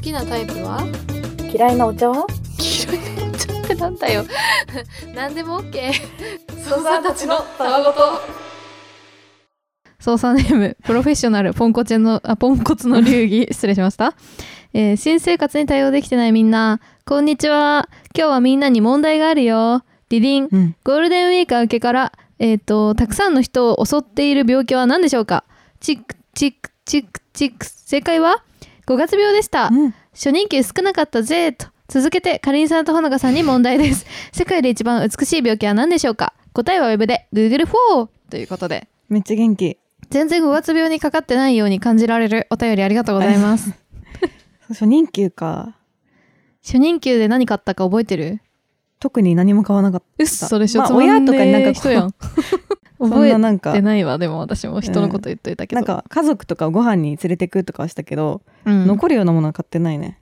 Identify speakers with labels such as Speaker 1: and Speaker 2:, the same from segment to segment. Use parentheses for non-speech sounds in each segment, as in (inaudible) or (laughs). Speaker 1: きなタイプは
Speaker 2: 嫌いなお茶は
Speaker 1: 黄色いちょっとなんだ
Speaker 3: (laughs)
Speaker 1: よ何でも OK
Speaker 2: ソーサーたちのたわごと
Speaker 3: 操作ネームプロフェッショナルポンコツのあポンコツの
Speaker 1: (laughs)
Speaker 3: 流儀失礼しました、えー新生活に対応できてないみんなこんにちは今日はみんなに問題があるよディディン
Speaker 2: うん
Speaker 3: ゴールデンウィーク明けからえっ、とたくさんの人を襲っている病気は何でしょうかチックチックチックチック正解は5月病でした
Speaker 2: うん
Speaker 3: 初任給少なかったぜと続けてかりんさんとほのかさんに問題です
Speaker 2: (laughs)
Speaker 3: 世界で一番美しい病気は何でしょうか答えはウェブで Google フォーということで
Speaker 2: めっちゃ元気
Speaker 3: 全然5月病にかかってないように感じられるお便りありがとうございます
Speaker 2: 初任給か
Speaker 3: 初任給で何買ったか覚えてる
Speaker 2: 特に何も買わなかっ
Speaker 3: うっそでしょ、
Speaker 2: まあ
Speaker 3: つまんねえ
Speaker 2: 親とかになんかこう
Speaker 3: 人や
Speaker 2: (laughs)
Speaker 3: ん
Speaker 2: たそん
Speaker 3: 覚
Speaker 2: な
Speaker 3: え
Speaker 2: なんか
Speaker 3: てないわでも私も人のこと言っといたけど、
Speaker 2: なんか家族とかをご飯に連れてくとかはしたけど、
Speaker 3: うん
Speaker 2: 残るようなものは買ってないね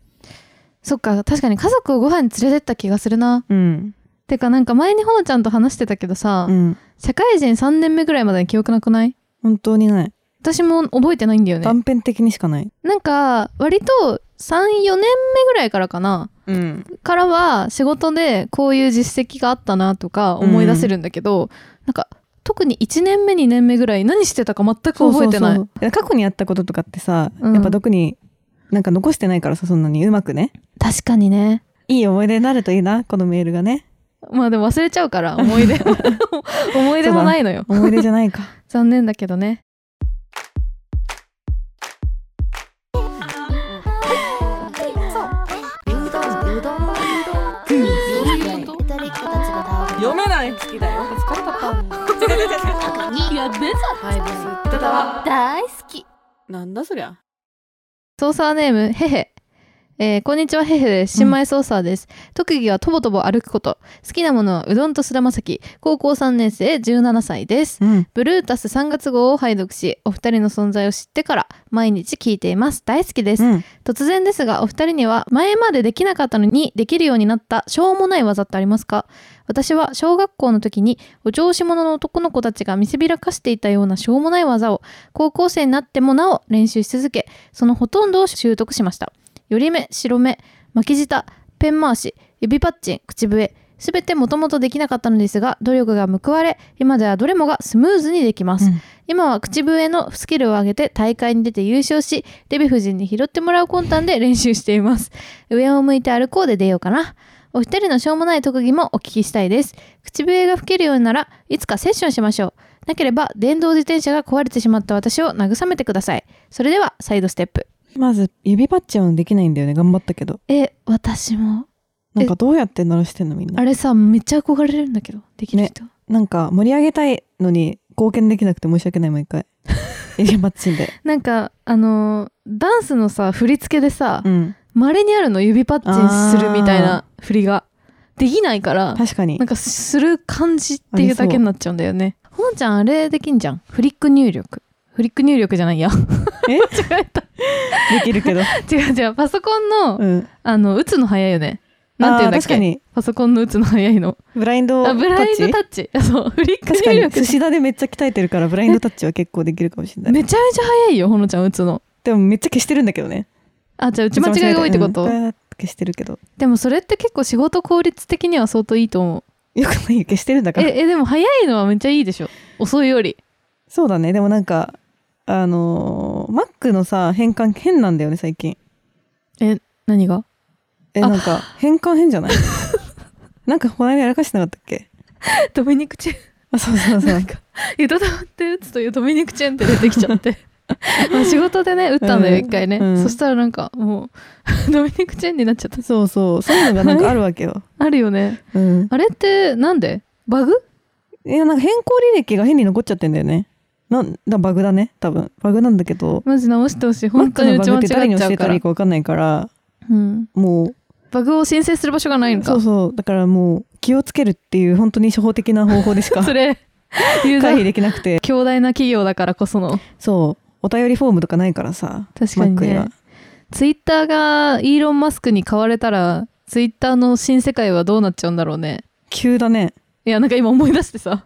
Speaker 3: そっか確かに家族をご飯に連れてった気がするな
Speaker 2: うん
Speaker 3: てかなんか前にほのちゃんと話してたけどさ、
Speaker 2: うん
Speaker 3: 社会人3年目ぐらいまでに記憶なくない
Speaker 2: 本当にない
Speaker 3: 私も覚えてないんだよね
Speaker 2: 断片的にしかない
Speaker 3: なんか割と34年目ぐらいからかな
Speaker 2: うん
Speaker 3: からは仕事でこういう実績があったなとか思い出せるんだけど、なんか特に1年目2年目ぐらい何してたか全く覚えてない
Speaker 2: そうそうそう過去にやったこととかってさ、
Speaker 3: うん
Speaker 2: やっぱ毒になんか残してないからさそんなにうまくね
Speaker 3: 確かにね
Speaker 2: いい思い出になるといいなこのメールがね
Speaker 3: まあでも忘れちゃうから思い出 (laughs) 思い出もないのよ
Speaker 2: 思い出じ
Speaker 3: (laughs)
Speaker 2: ゃないか
Speaker 3: 残念だけどね
Speaker 4: 読めない好きだよ疲れたやべ
Speaker 5: 大好き
Speaker 4: なんだそりゃ
Speaker 3: ソーサーネームへへえーこんにちはへへです新米ソーサーです、特技はとぼとぼ歩くこと好きなものはうどんと菅田将暉高校3年生17歳です
Speaker 2: うん
Speaker 3: ブルータス3月号を拝読しお二人の存在を知ってから毎日聞いています大好きです、
Speaker 2: うん
Speaker 3: 突然ですがお二人には前までできなかったのにできるようになったしょうもない技ってありますか私は小学校の時にお調子者の男の子たちが見せびらかしていたようなしょうもない技を高校生になってもなお練習し続けそのほとんどを習得しました寄り目白目巻き舌ペン回し指パッチン口笛すべてもともとできなかったのですが努力が報われ今ではどれもがスムーズにできます、
Speaker 2: うん
Speaker 3: 今は口笛のスキルを上げて大会に出て優勝しデヴィ夫人に拾ってもらう魂胆で練習しています上を向いて歩こうで出ようかなお二人のしょうもない特技もお聞きしたいです口笛が吹けるようにならいつかセッションしましょうなければ電動自転車が壊れてしまった私を慰めてくださいそれではサイドステップ
Speaker 2: まず指パッチはできないんだよね頑張ったけど
Speaker 3: え私も
Speaker 2: なんかどうやって鳴らしてんのみん
Speaker 3: あ
Speaker 2: な
Speaker 3: れさめっちゃ憧れるんだけどできる人、
Speaker 2: なんか盛り上げたいのに貢献できなくて申し訳ない毎
Speaker 3: (laughs)
Speaker 2: 回指パッチンで
Speaker 3: なんかあのーダンスのさ振り付けでさ
Speaker 2: うん
Speaker 3: まれ、稀にあるの指パッチンするみたいな振りができないから
Speaker 2: 確かに
Speaker 3: なんかする感じっていうだけになっちゃうんだよねほんちゃんあれできんじゃんフリック入力フリック入力じゃ
Speaker 2: (laughs)
Speaker 3: ないや
Speaker 2: え
Speaker 3: 間違えた
Speaker 2: できるけど
Speaker 3: 違う違うパソコンの、
Speaker 2: うん
Speaker 3: あの打つの早いよねなんていうんだ
Speaker 2: あー
Speaker 3: っ
Speaker 2: 確か
Speaker 3: け
Speaker 2: に
Speaker 3: パソコンの打つの早いの
Speaker 2: ブラインドタ
Speaker 3: あ
Speaker 2: ッチ
Speaker 3: ブラインドタッチそうフリック
Speaker 2: 確か
Speaker 3: 入
Speaker 2: に
Speaker 3: 力
Speaker 2: 寿司田でめっちゃ鍛えてるからブラインドタッチは結構できるかもしれない
Speaker 3: めちゃめちゃ早いよほのちゃん打つの
Speaker 2: でもめっちゃ消してるんだけどね
Speaker 3: あじゃあ打ち間違いが多いってこと、
Speaker 2: うん消してるけど
Speaker 3: でもそれって結構仕事効率的には相当いいと思う
Speaker 2: よくないよ消してるんだから
Speaker 3: ええでも早いのはめっちゃいいでしょ遅いより
Speaker 2: そうだねでもなんかあのーマックのさ変換変なんだよね最近
Speaker 3: 何が
Speaker 2: え
Speaker 3: あ
Speaker 2: なんか変換変じ
Speaker 3: (laughs)
Speaker 2: ゃないなんかこの間やらかしてなかったっけ
Speaker 3: ドミニクチェ
Speaker 2: あそうそうそう
Speaker 3: なんかゆとたまって打つというドミニクチェンって出てきちゃってまあ仕事でね打ったんだよ
Speaker 2: うん
Speaker 3: 一回ね、
Speaker 2: うん
Speaker 3: そしたらなんかもうドミニクチェンになっちゃった
Speaker 2: そうそうそういうのがなんかあるわ
Speaker 3: (laughs)
Speaker 2: けよ、
Speaker 3: あるよね
Speaker 2: うん、
Speaker 3: あれってなんでバグ
Speaker 2: いやなんか変更履歴が変に残っちゃってんだよねなんだバグだね多分バグなんだけど
Speaker 3: マジ直してほしい
Speaker 2: マッ
Speaker 3: 本
Speaker 2: ク
Speaker 3: 当に打
Speaker 2: のバ
Speaker 3: ち
Speaker 2: グ
Speaker 3: 間
Speaker 2: って誰
Speaker 3: 違
Speaker 2: に
Speaker 3: っち
Speaker 2: 教
Speaker 3: ゃう
Speaker 2: えた
Speaker 3: からら
Speaker 2: いいか分かんないから
Speaker 3: うん、
Speaker 2: もう
Speaker 3: バグを申請する場所がないのか
Speaker 2: そうそうだからもう気をつけるっていう本当に初歩的な方法でし
Speaker 3: (laughs)
Speaker 2: か
Speaker 3: それユーザ
Speaker 2: 回避
Speaker 3: ー
Speaker 2: できなくて
Speaker 3: 強大な企業だからこその
Speaker 2: そうお便りフォームとかないからさ
Speaker 3: 確かにね
Speaker 2: マック
Speaker 3: ツイッターがイーロン・マスクに買われたらツイッターの新世界はどうなっちゃうんだろうね
Speaker 2: 急だね
Speaker 3: いやなんか今思い出してさ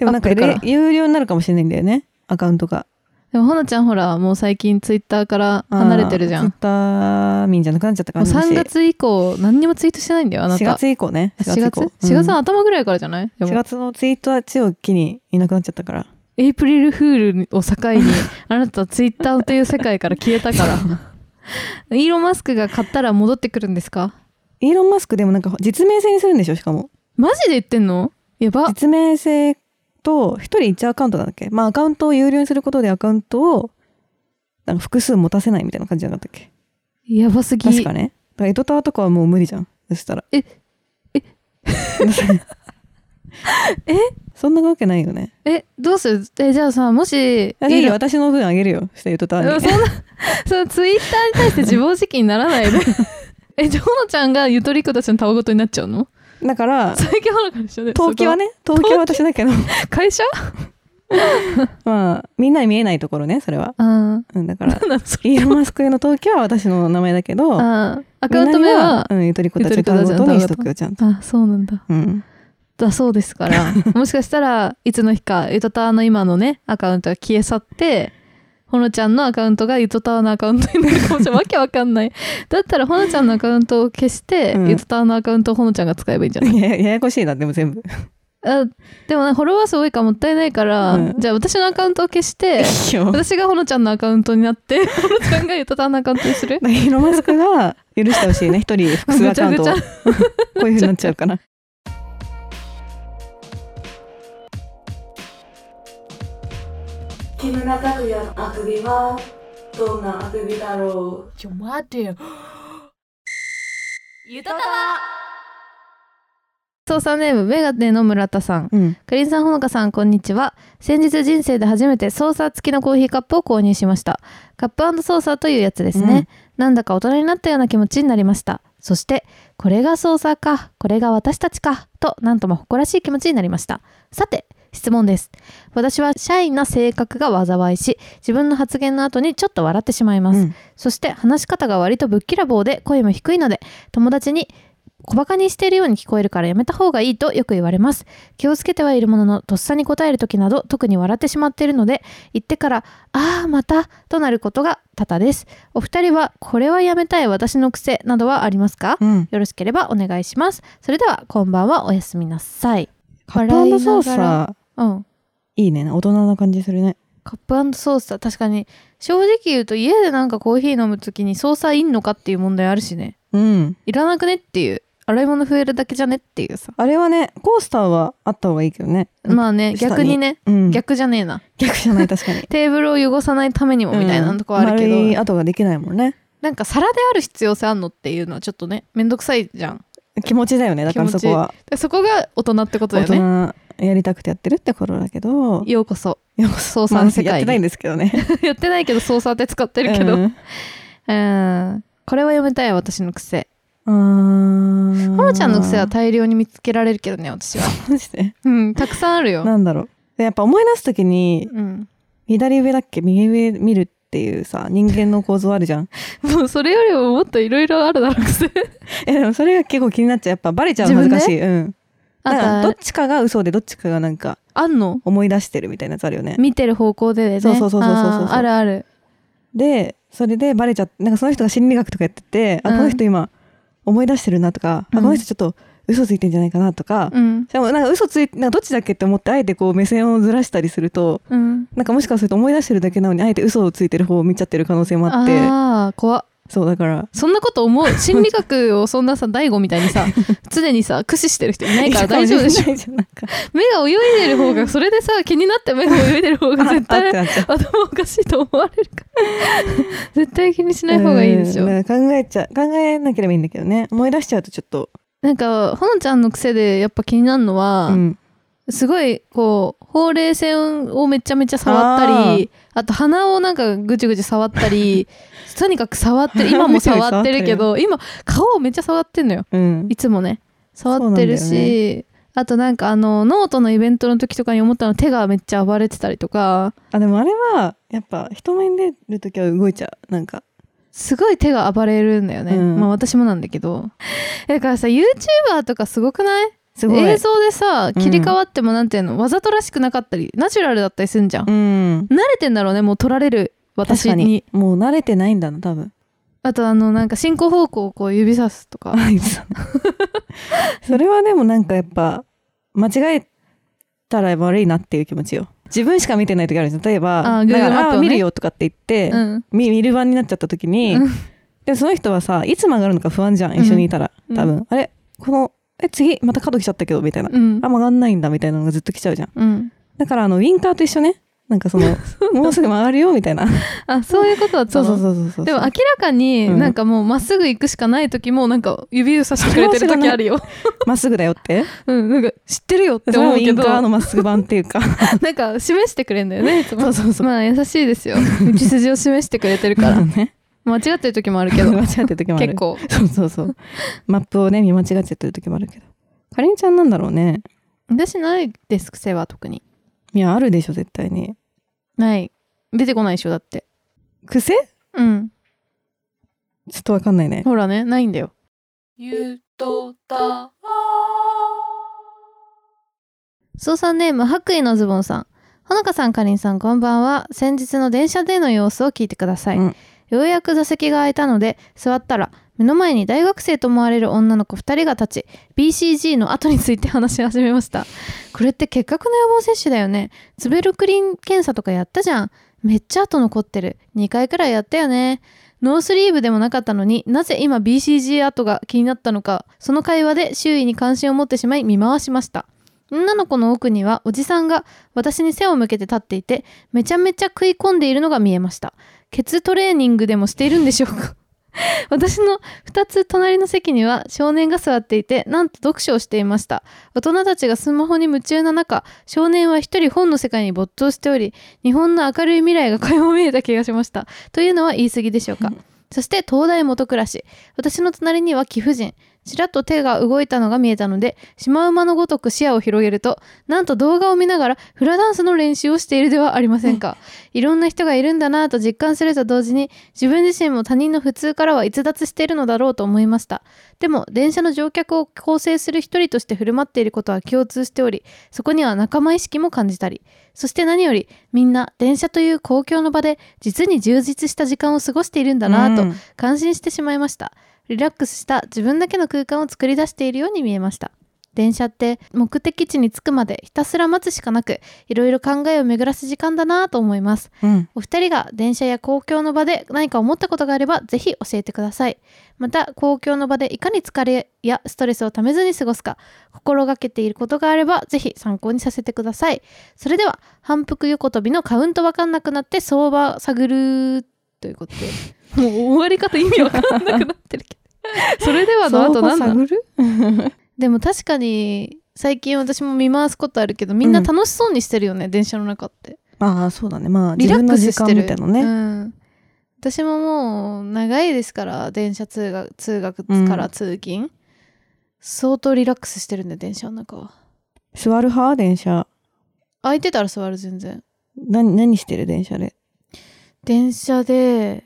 Speaker 2: でもなんか
Speaker 3: アップルから
Speaker 2: れ有料になるかもしれないんだよねアカウントが
Speaker 3: でもほのちゃんほらもう最近ツイッターから離れてるじゃ
Speaker 2: ツイ
Speaker 3: ん
Speaker 2: ッター民じゃなくなっちゃった
Speaker 3: も
Speaker 2: か
Speaker 3: う
Speaker 2: ら
Speaker 3: 3月以降何にもツイートしてないんだよあな
Speaker 2: 4
Speaker 3: た
Speaker 2: 月以降ね
Speaker 3: 4
Speaker 2: 4
Speaker 3: 月
Speaker 2: 月以降
Speaker 3: ?4 月
Speaker 2: う
Speaker 3: の
Speaker 2: ん
Speaker 3: 頭ぐらいからじゃないでも
Speaker 2: 4月のツイートは地を機にいなくなっちゃったから
Speaker 3: エイプリルフールを境
Speaker 2: (laughs)
Speaker 3: にあなたはツイッターという世界から消えたから
Speaker 2: (laughs)
Speaker 3: イーロン・マスクが買ったら戻ってくるんですか
Speaker 2: イーロン・マスクでもなんか実名制にするんでしょしかも
Speaker 3: マジで言ってんのやば
Speaker 2: 実名制と一人一アカウントなんだっけまあアカウントを有料にすることでアカウントをなんか複数持たせないみたいな感じじゃなかったっけ
Speaker 3: やばすぎ
Speaker 2: 確かねだからエドタワーとかはもう無理じゃんそしたら (laughs)
Speaker 3: ええ
Speaker 2: えそんなわけないよね
Speaker 3: えどうするえじゃあさもし
Speaker 2: あいい
Speaker 3: イー
Speaker 2: よ
Speaker 3: ロン
Speaker 2: 私の分あげるよそしてエドタワー
Speaker 3: そ
Speaker 2: に
Speaker 3: ん
Speaker 2: (laughs)
Speaker 3: なそのツイッターに対して自暴自棄にならないでえじゃあほのちゃんがゆとりっ子たちのたわごとになっちゃうの
Speaker 2: だから
Speaker 3: (laughs) 最近ほのかでしょね
Speaker 2: 東京はね東京は私だけ
Speaker 3: (laughs)
Speaker 2: ど
Speaker 3: そこ会社
Speaker 2: まあみんなに見えないところねそれは、
Speaker 3: あ
Speaker 2: うん、だから
Speaker 3: あなんそれ
Speaker 2: イーロン・マスクへの東京は私の名前だけど
Speaker 3: あアカウント名は
Speaker 2: みんなにうんゆとり子たち
Speaker 3: ゆ
Speaker 2: の
Speaker 3: とり
Speaker 2: 単
Speaker 3: 子たちの
Speaker 2: 語とにしとくよちゃんと、
Speaker 3: あそうなんだ
Speaker 2: うん、
Speaker 3: だそうですから (laughs) もしかしたらいつの日かゆとたわの今のねアカウントが消え去ってほのちゃんのアカウントがゆとたわのアカウントになるかもし (laughs) れないわけわかんないだったらほのちゃんのアカウントを消して、
Speaker 2: うん
Speaker 3: ゆとたわのアカウントをほのちゃんが使えばいいんじゃない
Speaker 2: ややややこしいなでも全部
Speaker 3: あでもなフォロワー数多いからもったいないから、
Speaker 2: うん
Speaker 3: じゃあ私のアカウントを消 (laughs) して
Speaker 2: いいよ
Speaker 3: 私がほのちゃんのアカウントになってほのちゃんがゆとたわのアカウントにする
Speaker 2: だからイーロン・マスクが許してほしいね一人複数アカウントを
Speaker 3: ぐちゃ
Speaker 2: こ
Speaker 3: ぐ
Speaker 2: ういうふうになっちゃうかな
Speaker 6: 木村拓哉のあくびはどんなあくびだろ
Speaker 4: ちょ待てよ
Speaker 5: ゆとたわ
Speaker 3: 操作ネームメガネの村田さん
Speaker 2: うん
Speaker 3: かりんさんほのかさんこんにちは先日人生で初めてソーサー付きのコーヒーカップを購入しましたカップソーサーというやつですね、なんだか大人になったような気持ちになりましたそしてこれがソーサーかこれが私たちかとなんとも誇らしい気持ちになりましたさて質問です私はシャイな性格が災いし自分の発言の後にちょっと笑ってしまいます、
Speaker 2: うん
Speaker 3: そして話し方が割とぶっきらぼうで声も低いので友達に小バカにしているように聞こえるからやめた方がいいとよく言われます気をつけてはいるもののとっさに答える時など特に笑ってしまっているので言ってから「ああまた」となることが多々ですお二人はこれはやめたい私の癖などはありますか、
Speaker 2: うん
Speaker 3: よろしければお願いしますそれではこんばんはおやすみなさい
Speaker 2: カップソー
Speaker 3: 笑いなが
Speaker 2: サー
Speaker 3: うん
Speaker 2: いいね大人な感じするね
Speaker 3: カップソースだ確かに正直言うと家でなんかコーヒー飲む時にソーサーいんのかっていう問題あるしね
Speaker 2: うん
Speaker 3: いらなくねっていう洗い物増えるだけじゃねっていうさ
Speaker 2: あれはねコースターはあった方がいいけどね
Speaker 3: まあね
Speaker 2: 下に
Speaker 3: 逆にね、
Speaker 2: うん逆
Speaker 3: 逆じゃねえな
Speaker 2: じゃない確かに
Speaker 3: テーブルを汚さないためにも (laughs) みたいなとこあるけど、
Speaker 2: うん丸い跡ができないもんね
Speaker 3: なんか皿である必要性あんのっていうのはちょっとねめんどくさいじゃん
Speaker 2: 気持ちだよねだから
Speaker 3: 気持
Speaker 2: そ
Speaker 3: ち
Speaker 2: こは
Speaker 3: でそこが大人ってことだ
Speaker 2: 大
Speaker 3: よね
Speaker 2: 人やりたくてやってるってことだけど
Speaker 3: ようこそ
Speaker 2: よく
Speaker 3: 操作の世界に
Speaker 2: やってないんですけどね
Speaker 3: (laughs) やってないけど操作って使ってるけど、う、
Speaker 2: うんん
Speaker 3: これはやめたい私の癖
Speaker 2: (laughs) うーん
Speaker 3: ほのちゃんの癖は大量に見つけられるけどね私
Speaker 2: (laughs)
Speaker 3: は
Speaker 2: マジで
Speaker 3: うんたくさんあるよ
Speaker 2: なんだろうでやっぱ思い出す時に
Speaker 3: うん、
Speaker 2: 左上だっけ右上見るっていうさ人間の構造あるじゃん (laughs)
Speaker 3: もうそれよりももっといろいろあるだろう癖
Speaker 2: えでもそれが結構気になっちゃうやっぱバレちゃうの恥ずかしい、うんだから
Speaker 3: あ
Speaker 2: どっ
Speaker 3: と
Speaker 2: ちかが嘘でどっちかがなんか
Speaker 3: あんの
Speaker 2: 思い出してるみたいなやつあるよね
Speaker 3: 見てる方向でね
Speaker 2: そうそうそうそうそうそう
Speaker 3: あーあるある
Speaker 2: でそれでバレちゃってなんかその人が心理学とかやってて、
Speaker 3: うん
Speaker 2: あこの人今思い出してるなとか、
Speaker 3: う
Speaker 2: あ
Speaker 3: ん
Speaker 2: この人ちょっと嘘ついてんじゃないかなとか、
Speaker 3: うん
Speaker 2: しかもなんか嘘ついなんかどっちだっけって思ってあえてこう目線をずらしたりすると
Speaker 3: うん
Speaker 2: なんかもしかすると思い出してるだけなのにあえて嘘をついてる方を見ちゃってる可能性もあって
Speaker 3: ああ怖っ
Speaker 2: そうだから
Speaker 3: そんなこと思う心理学をそんなさ大悟みたいにさ
Speaker 2: (laughs)
Speaker 3: 常にさ駆使してる人いないから大丈夫でしょ
Speaker 2: ょなんか
Speaker 3: 目が泳いでる方がそれでさ気になって目が泳いでる方が絶
Speaker 2: (laughs) (laughs) ああって
Speaker 3: 対
Speaker 2: なっちゃう
Speaker 3: 頭おかしいと思われるから絶対気にしない方がいいでしょ
Speaker 2: うんだから考えちゃ考えなければいいんだけどね思い出しちゃうとちょっと、
Speaker 3: なんかほのちゃんの癖でやっぱ気になるのは、
Speaker 2: うん
Speaker 3: すごいこうほうれい線をめちゃめちゃ触ったりあと鼻をなんかぐちぐち触った
Speaker 2: (laughs)
Speaker 3: りとにかく触ってる今も触ってるけど今顔をめっちゃ触ってんのよ
Speaker 2: うん
Speaker 3: いつもね触ってる
Speaker 2: そうなんだ
Speaker 3: し、あとなんかあのノートのイベントの時とかに思ったの手がめっちゃ暴れてたりとか
Speaker 2: あでもあれはやっぱ人前に出るときは動いちゃうなんか
Speaker 3: すごい手が暴れるんだよね、
Speaker 2: う
Speaker 3: (laughs)
Speaker 2: ん
Speaker 3: まあ私もなんだけどだからさ YouTuber とかすごくない
Speaker 2: すごい
Speaker 3: 映像でさ
Speaker 2: うん
Speaker 3: 切り替わってもなんていうの、わざとらしくなかったりナチュラルだったりするんじゃん、
Speaker 2: うん
Speaker 3: 慣れてんだろうねもう撮られる私
Speaker 2: 確か
Speaker 3: に
Speaker 2: にもう慣れてないんだな多分
Speaker 3: あとあのなんか進行方向をこう指さすとか
Speaker 2: あいつ (laughs) それはでもなんかやっぱ間違えたら悪いなっていう気持ちよ自分しか見てない時あるじゃん例えば「
Speaker 3: あ Google
Speaker 2: なんか
Speaker 3: マップを
Speaker 2: あ
Speaker 3: ね
Speaker 2: 見るよ」とかって言って、
Speaker 3: うん
Speaker 2: 見見る番になっちゃった時に、
Speaker 3: うん
Speaker 2: でその人はさいつ曲がるのか不安じゃん一緒にいたら、
Speaker 3: うん
Speaker 2: 多分、あれこのえ次また角来ちゃったけどみたいな、
Speaker 3: うん
Speaker 2: あ曲がんないんだみたいなのがずっと来ちゃうじゃん
Speaker 3: うん
Speaker 2: だからあのウィンカーと一緒ねなんかそ
Speaker 3: (laughs)
Speaker 2: のもうすぐ曲がるよみたいな
Speaker 3: あそういうことだった
Speaker 2: そう
Speaker 3: の
Speaker 2: そうそうそうそう
Speaker 3: でも明らかに
Speaker 2: うん
Speaker 3: なんかもうまっすぐ行くしかない時もなんか指さしてくれてる時あるよ。
Speaker 2: まっすぐだよって
Speaker 3: (laughs) うん、なんか知ってるよって
Speaker 2: それ
Speaker 3: 思う
Speaker 2: もウィ
Speaker 3: け
Speaker 2: ン
Speaker 3: ど
Speaker 2: カー
Speaker 3: な
Speaker 2: のまっすぐ版っていう
Speaker 3: (laughs)
Speaker 2: か
Speaker 3: んか示してくれんだよねいつも
Speaker 2: (laughs) そうそうそう
Speaker 3: まあ優しいです
Speaker 2: (laughs)
Speaker 3: よ道筋を示してくれてるから
Speaker 2: ね
Speaker 3: 間違ってる時もあるけ
Speaker 2: (laughs) 間
Speaker 3: ど
Speaker 2: 違ってる時もある
Speaker 3: 結構
Speaker 2: そうそうそうマップをね見間違っちゃってる時もあるけどかりんちゃんなんだろうね
Speaker 3: 私ないです癖は特に
Speaker 2: いやあるでしょ絶対に
Speaker 3: ない出てこないでしょだって
Speaker 2: 癖
Speaker 3: うん
Speaker 2: ちょっとわかんないね
Speaker 3: ほらねないんだよ
Speaker 4: ゆとた
Speaker 3: 操作ネーム白衣のズボンさんほのかさんかりんさんこんばんは先日の電車での様子を聞いてください、
Speaker 2: うん
Speaker 3: ようやく座席が空いたので座ったら目の前に大学生と思われる女の子2人が立ち BCG の後について話し始めましたこれって結核の予防接種だよねツベルクリン検査とかやったじゃんめっちゃ後残ってる2回くらいやったよねノースリーブでもなかったのになぜ今 BCG 後が気になったのかその会話で周囲に関心を持ってしまい見回しました女の子の奥にはおじさんが私に背を向けて立っていてめちゃめちゃ食い込んでいるのが見えましたケツトレーニングでもしているんでしょうか (laughs) 私の2つ隣の席には少年が座っていてなんと読書をしていました大人たちがスマホに夢中な中少年は一人本の世界に没頭しており日本の明るい未来が垣間見えた気がしましたというのは言い過ぎでしょうか (laughs) そして東大元暮らし私の隣には貴婦人ちらっと手が動いたのが見えたのでシマウマのごとく視野を広げるとなんと動画を見ながらフラダンスの練習をしているではありませんかいろんな人がいるんだなぁと実感すると同時に自分自身も他人の普通からは逸脱しているのだろうと思いましたでも電車の乗客を構成する一人として振る舞っていることは共通しておりそこには仲間意識も感じたりそして何よりみんな電車という公共の場で実に充実した時間を過ごしているんだなぁと
Speaker 2: うん
Speaker 3: 感心してしまいましたリラックスした自分だけの空間を作り出しているように見えました電車って目的地に着くまでひたすら待つしかなくいろいろ考えを巡らす時間だなぁと思います
Speaker 2: うん
Speaker 3: お二人が電車や公共の場で何か思ったことがあればぜひ教えてくださいまた公共の場でいかに疲れやストレスをためずに過ごすか心がけていることがあればぜひ参考にさせてくださいそれでは反復横跳びのカウントわかんなくなって相場探るということでもう終わり方意味わかんなくなってるけどそれではの後なんだ
Speaker 2: 相場探る
Speaker 3: でも確かに最近私も見回すことあるけどみんな楽しそうにしてるよね、電車の中って
Speaker 2: ああそうだねまあ
Speaker 3: リ
Speaker 2: 自
Speaker 3: ラ
Speaker 2: 分
Speaker 3: ッ
Speaker 2: の
Speaker 3: クス
Speaker 2: 時
Speaker 3: し
Speaker 2: 間
Speaker 3: てる
Speaker 2: みたいなね、
Speaker 3: うん、私ももう長いですから電車通学通学から通勤、相当リラックスしてるんで電車の中は
Speaker 2: 座る派電車
Speaker 3: 空いてたら座る全然
Speaker 2: 何何してる電車で
Speaker 3: 電車で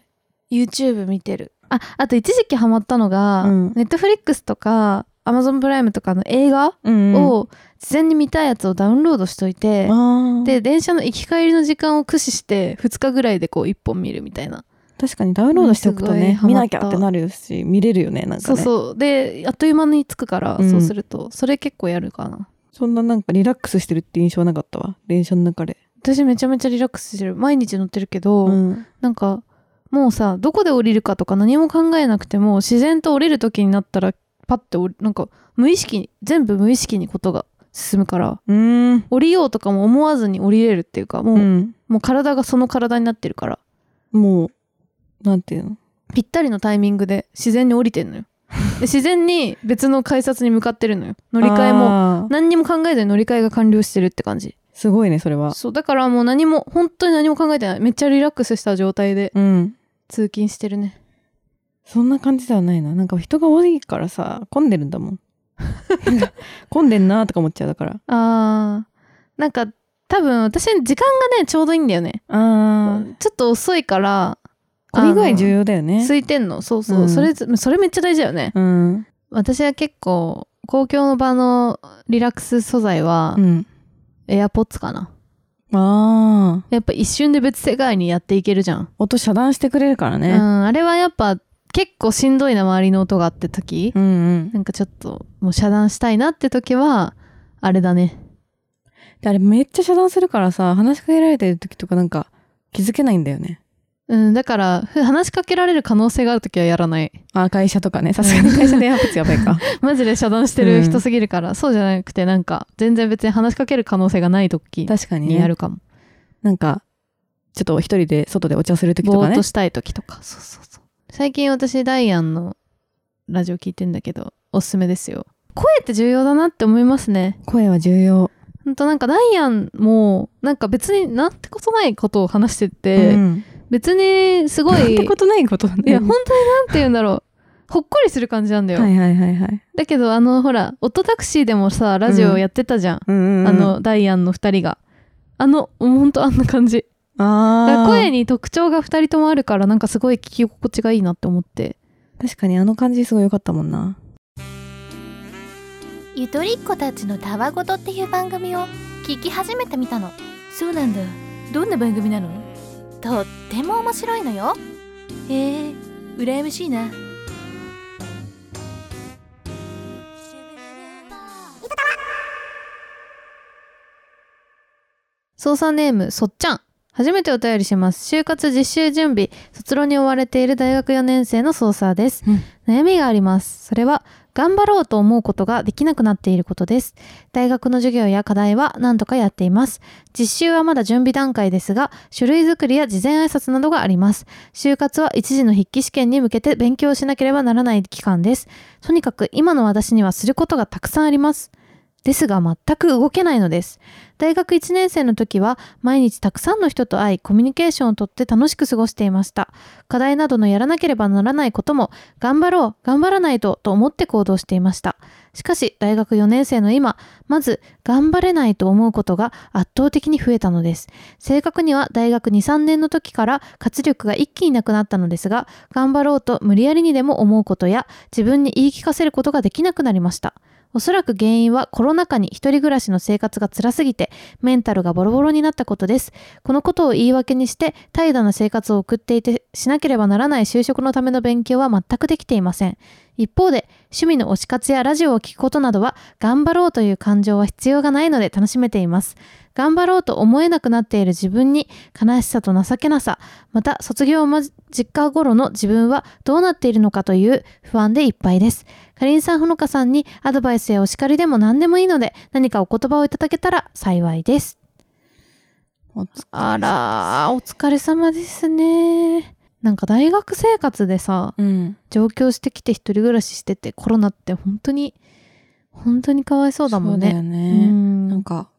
Speaker 3: YouTube 見てるああと一時期ハマったのが、
Speaker 2: うん
Speaker 3: Netflix とか Amazon プライムとかの映画
Speaker 2: うん
Speaker 3: を事前に見たいやつをダウンロードしといて、
Speaker 2: あで
Speaker 3: で電車の行き帰りの時間を駆使して2日ぐらいでこう1本見るみたいな
Speaker 2: 確かにダウンロードしておくと
Speaker 3: うん
Speaker 2: ね
Speaker 3: すごい
Speaker 2: 見
Speaker 3: ハマ
Speaker 2: な
Speaker 3: った
Speaker 2: きゃってなるし見れるよねなんか
Speaker 3: そう
Speaker 2: ね
Speaker 3: そうであっという間に着くから、
Speaker 2: うん
Speaker 3: そうするとそれ結構やるかな
Speaker 2: そんななんかリラックスしてるって印象なかったわ電車の中で、
Speaker 3: 私めちゃめちゃリラックスしてる毎日乗ってるけど、
Speaker 2: うん
Speaker 3: なんかもうさどこで降りるかとか何も考えなくても自然と降りる時になったらパッて降りなんか無意識に全部無意識にことが進むから
Speaker 2: うん
Speaker 3: 降りようとかも思わずに降りれるっていうかもう,、
Speaker 2: うん、
Speaker 3: もう体がその体になってるから
Speaker 2: もうなんていうの
Speaker 3: ぴったりのタイミングで自然に降りてんの
Speaker 2: (laughs)
Speaker 3: よで自然に別の改札に向かってるのよ乗り換えも
Speaker 2: も
Speaker 3: 何にも考えずに乗り換えが完了してるって感じ
Speaker 2: すごいねそれは
Speaker 3: そうだからもう何も本当に何も考えてないめっちゃリラックスした状態で
Speaker 2: うん
Speaker 3: 通勤してるね
Speaker 2: そんな感じではないななんか人が多いからさ混んでるんだもん (laughs) 混んでんなとか思っちゃうだから
Speaker 3: あーなんか多分私時間がねちょうどいいんだよね
Speaker 2: あ
Speaker 3: ちょっと遅いから
Speaker 2: 混み具合重
Speaker 3: 要
Speaker 2: 要だよね
Speaker 3: 空いてんのそうそう、
Speaker 2: うん
Speaker 3: それそれめっちゃ大事だよね
Speaker 2: うん
Speaker 3: 私は結構公共の場のリラックス素材は
Speaker 2: う、ん。
Speaker 3: エアポッツかな。
Speaker 2: ああ。
Speaker 3: やっぱ一瞬で別世界にやっていけるじゃん。
Speaker 2: 音遮断してくれるから
Speaker 3: う
Speaker 2: ね。
Speaker 3: ん、あれはやっぱ結構しんどいな周りの音があって時、
Speaker 2: うんうん。
Speaker 3: なんかちょっともう遮断したいなって時は、あれだね。
Speaker 2: であれめっちゃ遮断するからさ、話しかけられてる時とかなんか気づけないんだよね。
Speaker 3: うん、だからふ話しかけられる可能性がある時はやらない。 (laughs)
Speaker 2: あー、会社とかね。さすがに会社でエアポッツやばいか。
Speaker 3: マジで遮断してる人すぎるから、そうじゃなくてなんか全然別に話しかける可能性がない時
Speaker 2: 確かに
Speaker 3: にや
Speaker 2: ね。
Speaker 3: るかも。
Speaker 2: なんか、ちょっと一人で外でお茶する時と
Speaker 3: ぼ
Speaker 2: か
Speaker 3: ーっ
Speaker 2: ね
Speaker 3: と。したい時とか。そうそうそう。最近私ダイアンのラジオ聞いてんだけど、おすすめですよ。声って重要だなって思いますね。
Speaker 2: 声は重要。
Speaker 3: ほんとなんかダイアンもなんか別になんてことないことを話してて、
Speaker 2: うん
Speaker 3: 別にすご
Speaker 2: なん
Speaker 3: い、
Speaker 2: てことないことだね。
Speaker 3: いや本当になんて言うんだろう。ほっこりする感じなんだよ。
Speaker 2: はいはいはいはい。
Speaker 3: だけどあのほら、オットタクシーでもさ、ラジオやってたじゃん。
Speaker 2: うんうんうん、
Speaker 3: あの、ダイアンの2人が。あの、本当あんな感じ。だか
Speaker 2: あ
Speaker 3: ら
Speaker 2: ー
Speaker 3: 声に特徴が2人ともあるから、なんかすごい聞き心地がいいなって思って。
Speaker 2: 確かにあの感じすごい良かったもんな。
Speaker 5: ゆとりっ子たちのたわごとっていう番組を聞き始めてみたのそうなんだどんな番組なのとっても面白いのよへえ羨ましいな
Speaker 3: 操作ネーム、そっちゃん。初めてお便りします。就活実習準備、卒論に追われている大学4年生の操作です。
Speaker 2: うん
Speaker 3: 悩みがあります。それは、頑張ろうと思うことができなくなっていることです。大学の授業や課題は何とかやっています。実習はまだ準備段階ですが、書類作りや事前挨拶などがあります。就活は一時の筆記試験に向けて勉強しなければならない期間です。とにかく今の私にはすることがたくさんあります。ですが全く動けないのです。大学1年生の時は毎日たくさんの人と会いコミュニケーションをとって楽しく過ごしていました課題などのやらなければならないことも頑張ろう頑張らないとと思って行動していましたしかし大学4年生の今まず頑張れないと思うことが圧倒的に増えたのです正確には大学23年の時から活力が一気になくなったのですが頑張ろうと無理やりにでも思うことや自分に言い聞かせることができなくなりましたおそらく原因はコロナ禍に一人暮らしの生活が辛すぎてメンタルがボロボロになったことです。このことを言い訳にして、怠惰な生活を送っていて、しなければならない就職のための勉強は全くできていません。一方で、趣味の推し活やラジオを聞くことなどは、頑張ろうという感情は必要がないので楽しめています。頑張ろうと思えなくなっている自分に、悲しさと情けなさ、また卒業間近頃の自分はどうなっているのかという不安でいっぱいです。かりんさん、ほのかさんにアドバイスやお叱りでも何でもいいので、何かお言葉をいただけたら幸いです。
Speaker 2: おつ
Speaker 3: あらーお疲れ様ですねなんか大学生活でさ
Speaker 2: うん。
Speaker 3: 上京してきて一人暮らししててコロナって本当に本当にかわいそうだもん
Speaker 2: そうだ
Speaker 3: ね
Speaker 2: よ
Speaker 3: う
Speaker 2: ね。
Speaker 3: ん
Speaker 2: なんか、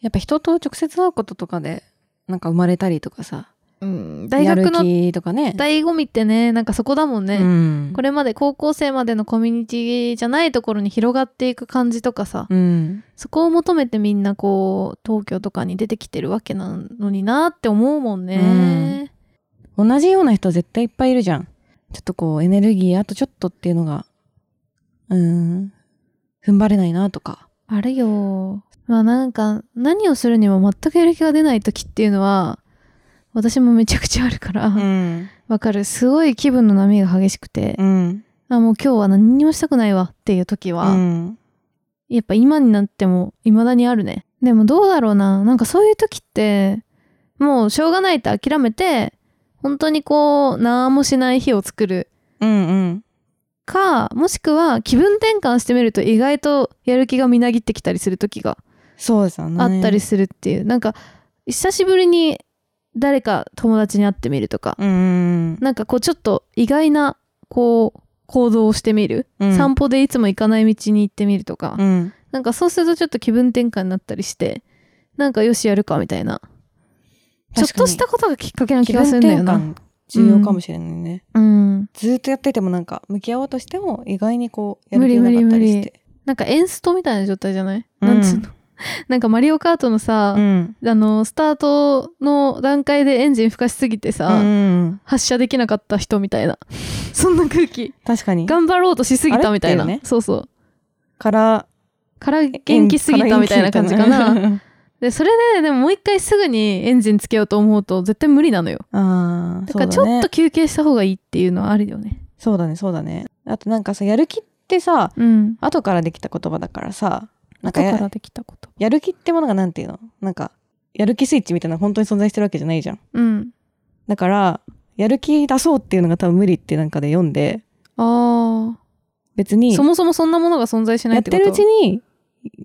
Speaker 2: やっぱ人と直接会うこととかで、なんか生まれたりとかさ、
Speaker 3: うん大学
Speaker 2: やる
Speaker 3: の
Speaker 2: 気とかね。
Speaker 3: 醍醐味ってねなんかそこだもんね、
Speaker 2: うん。
Speaker 3: これまで高校生までのコミュニティじゃないところに広がっていく感じとかさ、
Speaker 2: うん。
Speaker 3: そこを求めてみんなこう東京とかに出てきてるわけなのになって思うもんね、
Speaker 2: 同じような人絶対いっぱいいるじゃん。ちょっとこう、エネルギーあとちょっとっていうのが、うん、踏ん張れないなとか。
Speaker 3: あるよ。まあなんか何をするにも全くやる気が出ない時っていうのは私もめちゃくちゃあるからわ、
Speaker 2: ん。
Speaker 3: かるすごい気分の波が激しくて
Speaker 2: う、ん。
Speaker 3: あもう今日は何にもしたくないわっていう時は、
Speaker 2: うん。
Speaker 3: やっぱ今になっても未だにあるねでもどうだろうななんかそういう時ってもうしょうがないって諦めて本当にこう何もしない日を作る
Speaker 2: うんうん。
Speaker 3: かもしくは気分転換してみると意外とやる気がみなぎってきたりする時が
Speaker 2: そうですよね。
Speaker 3: あったりするっていう、なんか久しぶりに誰か友達に会ってみるとか、
Speaker 2: うん。
Speaker 3: なんかこうちょっと意外なこう行動をしてみる、
Speaker 2: うん
Speaker 3: 散歩でいつも行かない道に行ってみるとか、
Speaker 2: うん。
Speaker 3: なんかそうするとちょっと気分転換になったりしてなんかよしやるかみたいなちょっとしたことがきっかけな気がするんだよ
Speaker 2: 気
Speaker 3: な
Speaker 2: 分転換重要かもしれないね。
Speaker 3: うん
Speaker 2: ずーっとやっててもなんか向き合おうとしても意外にこうやる気がなかったりして。
Speaker 3: なんかエンストみたいな状態じゃない、
Speaker 2: うん
Speaker 3: なんつうの (laughs) なんかマリオカートのさ、
Speaker 2: ん。
Speaker 3: あのスタートの段階でエンジンふかしすぎてさ、
Speaker 2: うん、
Speaker 3: 発射できな (laughs) かった人みたいなそんな空気
Speaker 2: 確かに。
Speaker 3: 頑張ろうとしすぎたみたいな、
Speaker 2: あれっていう
Speaker 3: そうそう
Speaker 2: から
Speaker 3: から元気すぎたみたいな感じか
Speaker 2: (laughs)
Speaker 3: な。でそれででももう一回すぐにエンジンつけようと思うと絶対無理なのよ
Speaker 2: あ
Speaker 3: (laughs)
Speaker 2: あ
Speaker 3: だからちょっと休憩した方がいいっていうのはあるよね
Speaker 2: そうだねそうだねあとなんかさやる気ってさ
Speaker 3: うん
Speaker 2: 後からできた言葉だからさなんか
Speaker 3: 後か
Speaker 2: や
Speaker 3: らできたこと
Speaker 2: やる気ってものがなんていうのなんかやる気スイッチみたいなの本当に存在してるわけじゃないじゃん
Speaker 3: うん
Speaker 2: だからやる気出そうっていうのが多分無理ってなんかで読んで
Speaker 3: あ
Speaker 2: 別に
Speaker 3: あそもそもそんなものが存在しない
Speaker 2: や
Speaker 3: っ
Speaker 2: って
Speaker 3: こと
Speaker 2: てるう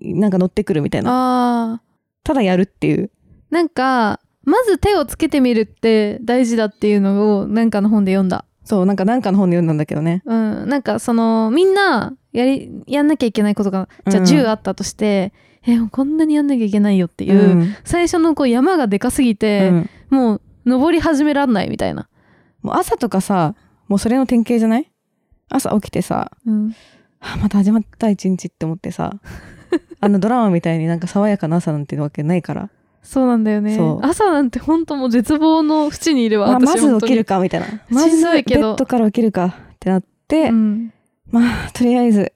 Speaker 2: ちになんか乗ってくるみたいな
Speaker 3: ああ
Speaker 2: ただやるっていう
Speaker 3: なんかまず手をつけてみるって大事だっていうのをなんかの本で読んだ
Speaker 2: そうなんかなんかの本で読んだんだけどね
Speaker 3: うんなんかそのみんなやりやんなきゃいけないことがじゃあ
Speaker 2: うん
Speaker 3: 10あったとして、えもうこんなにやんなきゃいけないよっていう、
Speaker 2: うん
Speaker 3: 最初のこう山がでかすぎて、
Speaker 2: うん
Speaker 3: もう登り始めらんないみたいな、
Speaker 2: もう朝とかさもうそれの典型じゃない朝起きてさ
Speaker 3: うん、
Speaker 2: はあまた始まった一日って思って
Speaker 3: (laughs)
Speaker 2: さあのドラマみたいになんか爽やかな朝なんてわけないから、
Speaker 3: そうなんだよね
Speaker 2: そう
Speaker 3: 朝なんて本当もう絶望の縁にいるわ
Speaker 2: まあ、
Speaker 3: 私
Speaker 2: まず
Speaker 3: 本当
Speaker 2: 起
Speaker 3: に
Speaker 2: きるかみたいなま
Speaker 3: しん
Speaker 2: ず
Speaker 3: どい
Speaker 2: ベ
Speaker 3: けど
Speaker 2: ッドから起きるかってなって、
Speaker 3: うん、
Speaker 2: まあとりあえず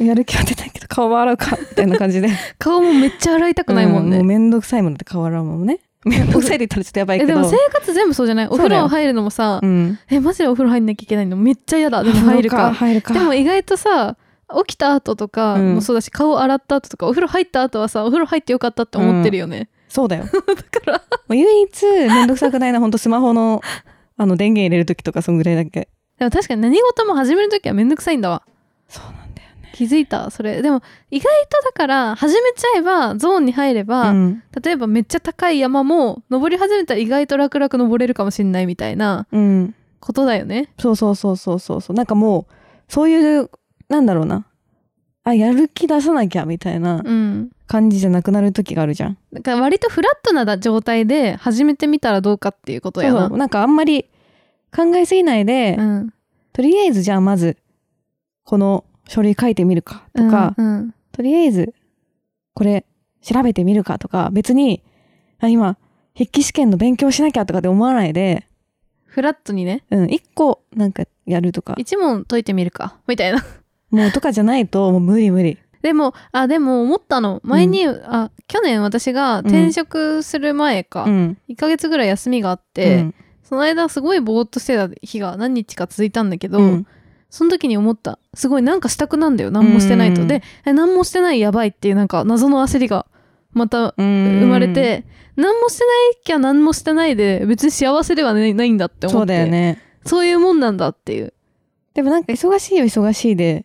Speaker 2: やる気は出ないけど顔は洗うかみたいな感じで
Speaker 3: 顔もめっちゃ洗いたくないもんね、
Speaker 2: うもうめんどくさいもんだって顔洗うも
Speaker 3: (laughs)
Speaker 2: んねめんどくさいって言ったらちょっとやばい
Speaker 3: え
Speaker 2: け
Speaker 3: で
Speaker 2: ど
Speaker 3: も生活全部そうじゃないお風呂入るのもさ、
Speaker 2: うん、
Speaker 3: えマジでお風呂入んなきゃいけないのめっちゃ嫌だでも入るか
Speaker 2: 入るか
Speaker 3: でも意外とさ起きた後とか
Speaker 2: うん
Speaker 3: もそうだし、顔洗った後とかお風呂入った後はさお風呂入ってよかったって思ってるよね、
Speaker 2: そうだよ
Speaker 3: だから
Speaker 2: もう唯一めんどくさくないのはほんとスマホのあの電源入れる時とかそんぐらいだけ
Speaker 3: でも確かに何事も始める時はめんどくさいんだわ
Speaker 2: そうなんだよね
Speaker 3: 気づいたそれでも意外とだから始めちゃえばゾーンに入れば、
Speaker 2: うん
Speaker 3: 例えばめっちゃ高い山も登り始めたら意外と楽々登れるかもしんないみたいな
Speaker 2: うん、
Speaker 3: ことだよね
Speaker 2: そうそうそうそうそうそうなんかもうそういうなんだろうなあやる気出さなきゃみたいな
Speaker 3: うん
Speaker 2: 感じじゃなくなる時があるじゃん、
Speaker 3: だから割とフラットな状態で始めてみたらどうかっていうこと
Speaker 2: そう
Speaker 3: や
Speaker 2: そ
Speaker 3: な
Speaker 2: うなんかあんまり考えすぎないで、
Speaker 3: うん
Speaker 2: とりあえずじゃあまずこの書類書いてみるかとか、
Speaker 3: うんうん
Speaker 2: とりあえずこれ調べてみるかとか別にあ今筆記試験の勉強しなきゃとかって思わないで、
Speaker 3: フラットにね
Speaker 2: うん、一個なんかやるとか
Speaker 3: 一問解いてみるか (laughs) みたいな
Speaker 2: もうとかじゃないともう無理無理
Speaker 3: でもあでも思ったの前に、あ去年私が転職する前か、
Speaker 2: うん
Speaker 3: 1ヶ月ぐらい休みがあって、
Speaker 2: うん
Speaker 3: その間すごいぼーっとしてた日が何日か続いたんだけど、
Speaker 2: うん
Speaker 3: その時に思ったすごいなんかしたくなんだよ何もしてないと、
Speaker 2: うん
Speaker 3: でえ何もしてないやばいっていうなんか謎の焦りがまた生
Speaker 2: 生
Speaker 3: まれて、何もしてないきゃ何もしてないで別に幸せではないないんだって思って
Speaker 2: そうだよね
Speaker 3: そういうもんなんだっていう
Speaker 2: でもなんか忙しいよ忙しいで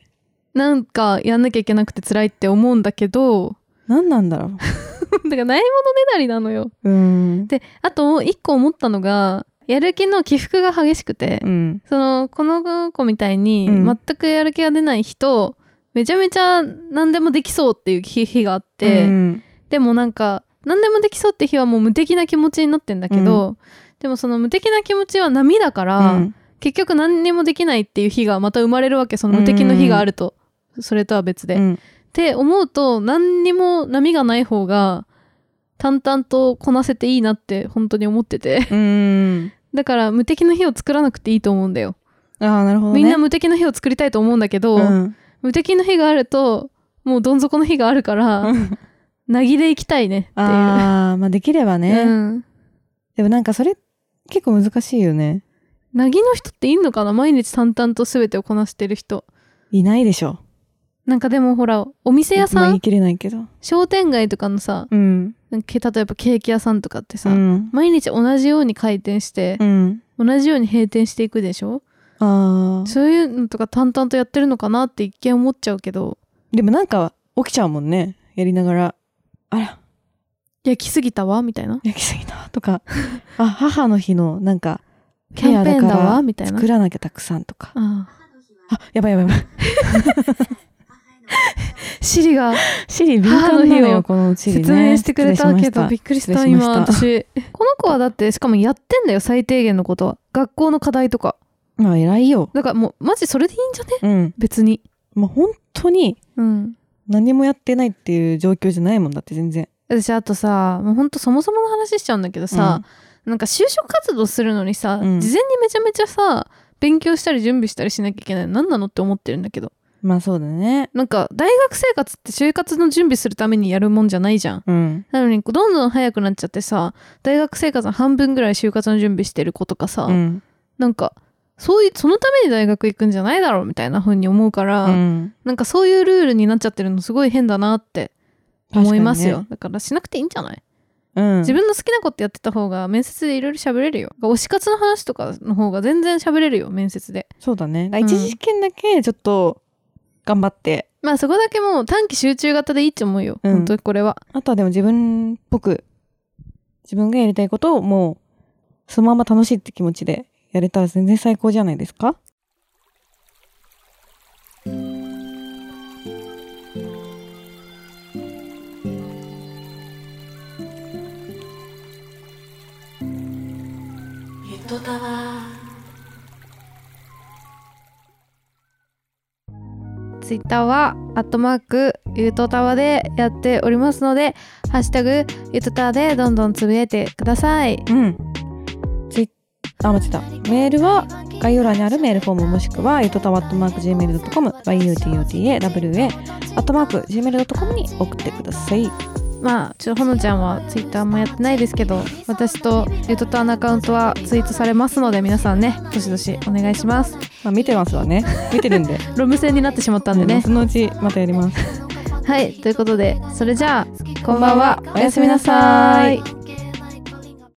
Speaker 3: なんかやんなきゃいけなくて辛いって思うんだけど (laughs)
Speaker 2: 何なんだろ
Speaker 3: だからないものねだりなのよ
Speaker 2: ううん
Speaker 3: であと一個思ったのがやる気の起伏が激しくて、
Speaker 2: うん
Speaker 3: そのこの子みたいに
Speaker 2: うん
Speaker 3: 全くやる気が出ない人、めちゃめちゃ何でもできそうっていう日日があって、
Speaker 2: うん
Speaker 3: でもなんか何でもできそうって日はもう無敵な気持ちになってんだけど、でもその無敵な気持ちは波だから、
Speaker 2: うん
Speaker 3: 結局何にもできないっていう日がまた生まれるわけその無敵の日があると、それとは別で。
Speaker 2: う
Speaker 3: っ
Speaker 2: ん
Speaker 3: て思うと何にも波がない方が淡々とこなせていいなって本当に思って (laughs) て
Speaker 2: うん
Speaker 3: だから無敵の日を作らなくていいと思うんだよ。
Speaker 2: ああなるほどね
Speaker 3: みんな無敵の日を作りたいと思うんだけど、
Speaker 2: うん
Speaker 3: 無敵の日があるともうどん底の日があるからなぎでいきたいねっていう。
Speaker 2: ああまあできればね、
Speaker 3: うん
Speaker 2: でもなんかそれ結構難しいよね
Speaker 3: なぎの人っていんのかな毎日淡々と全てをこなしてる人
Speaker 2: いないでしょ
Speaker 3: なんかでもほらお店屋
Speaker 2: まあ
Speaker 3: さん、
Speaker 2: 言い切れないけど
Speaker 3: 商店街とかのさ
Speaker 2: うん
Speaker 3: なんか例えばケーキ屋さんとかってさ、
Speaker 2: うん、
Speaker 3: 毎日同じように開店して
Speaker 2: う、ん、
Speaker 3: 同じように閉店していくでしょ
Speaker 2: ああ
Speaker 3: そういうのとか淡々とやってるのかなって一見思っちゃうけど
Speaker 2: でもなんか起きちゃうもんねやりながらあら
Speaker 3: 焼きすぎたわみたいな
Speaker 2: 焼きすぎたと
Speaker 3: (laughs)
Speaker 2: かあ母の日のなんか
Speaker 3: キャンペーンだわみたいな
Speaker 2: 作らなきゃたくさんとか
Speaker 3: ああ
Speaker 2: あやばいやばいやばい
Speaker 3: シリが
Speaker 2: (laughs) シリ敏感なのよこのシリね
Speaker 3: 説明してくれたけどびっくりした
Speaker 2: 失礼しまし
Speaker 3: 今
Speaker 2: た
Speaker 3: 私この子はだってしかもやってんだよ最低限のことは学校の課題とか
Speaker 2: まあ偉いよ
Speaker 3: だからもうマジそれでいいんじゃね
Speaker 2: うん
Speaker 3: 別に
Speaker 2: まあ本当に
Speaker 3: うん
Speaker 2: 何もやってないっていう状況じゃないもんだって全然
Speaker 3: 私あとさもうほんとそもそもの話しちゃうんだけどさ、なんか就職活動するのにさ、
Speaker 2: うん
Speaker 3: 事前にめちゃめちゃさ勉強したり準備したりしなきゃいけないの何なのって思ってるんだけど
Speaker 2: まあそうだね。
Speaker 3: なんか大学生活って就活の準備するためにやるもんじゃないじゃん
Speaker 2: うん。
Speaker 3: なのにこうどんどん早くなっちゃってさ大学生活の半分ぐらい就活の準備してる子とかさ、
Speaker 2: うん。
Speaker 3: なんかそういうそのために大学行くんじゃないだろうみたいな風に思うから、
Speaker 2: うん
Speaker 3: なんかそういうルールになっちゃってるのすごい変だなって思いますよ、。だからしなくていいんじゃない、
Speaker 2: うん。
Speaker 3: 自分の好きなことやってた方が面接でいろいろ喋れるよ推し活の話とかの方が全然喋れるよ面接で
Speaker 2: そうだね。
Speaker 3: ん
Speaker 2: 一次試験だけちょっと頑張って、
Speaker 3: まあそこだけもう短期集中型でいいと思うよ、
Speaker 2: うん
Speaker 3: 本当にこれは
Speaker 2: あとはでも自分っぽく、自分がやりたいことをもう、そのまま楽しいって気持ちでやれたら全然最高じゃないですか
Speaker 6: ゆとたわ
Speaker 3: ツイッターは、アットマーク、ゆうとたわでやっておりますので、ハッシュタグ、ゆうとたわでどんどんつぶやいてください。
Speaker 2: うん。ツイあ、間違えた。メールは、概要欄にあるメールフォームもしくは、ゆとたわっとマーク Gmail.com、yutotawa、アットマーク Gmail.com に送ってください。
Speaker 3: まあ、ちょ、ほのちゃんはツイッターもやってないですけど、私とゆうとたわのアカウントはツイートされますので、皆さんね、どしどしお願いします。
Speaker 2: まあ見てますわ (laughs) ね。見てるんで。
Speaker 3: ロム線になってしまったんで
Speaker 2: うん
Speaker 3: ね
Speaker 2: そ。のうちまたやります。
Speaker 3: はい、ということで、それじゃあ、こんばんは、おやすみなさい。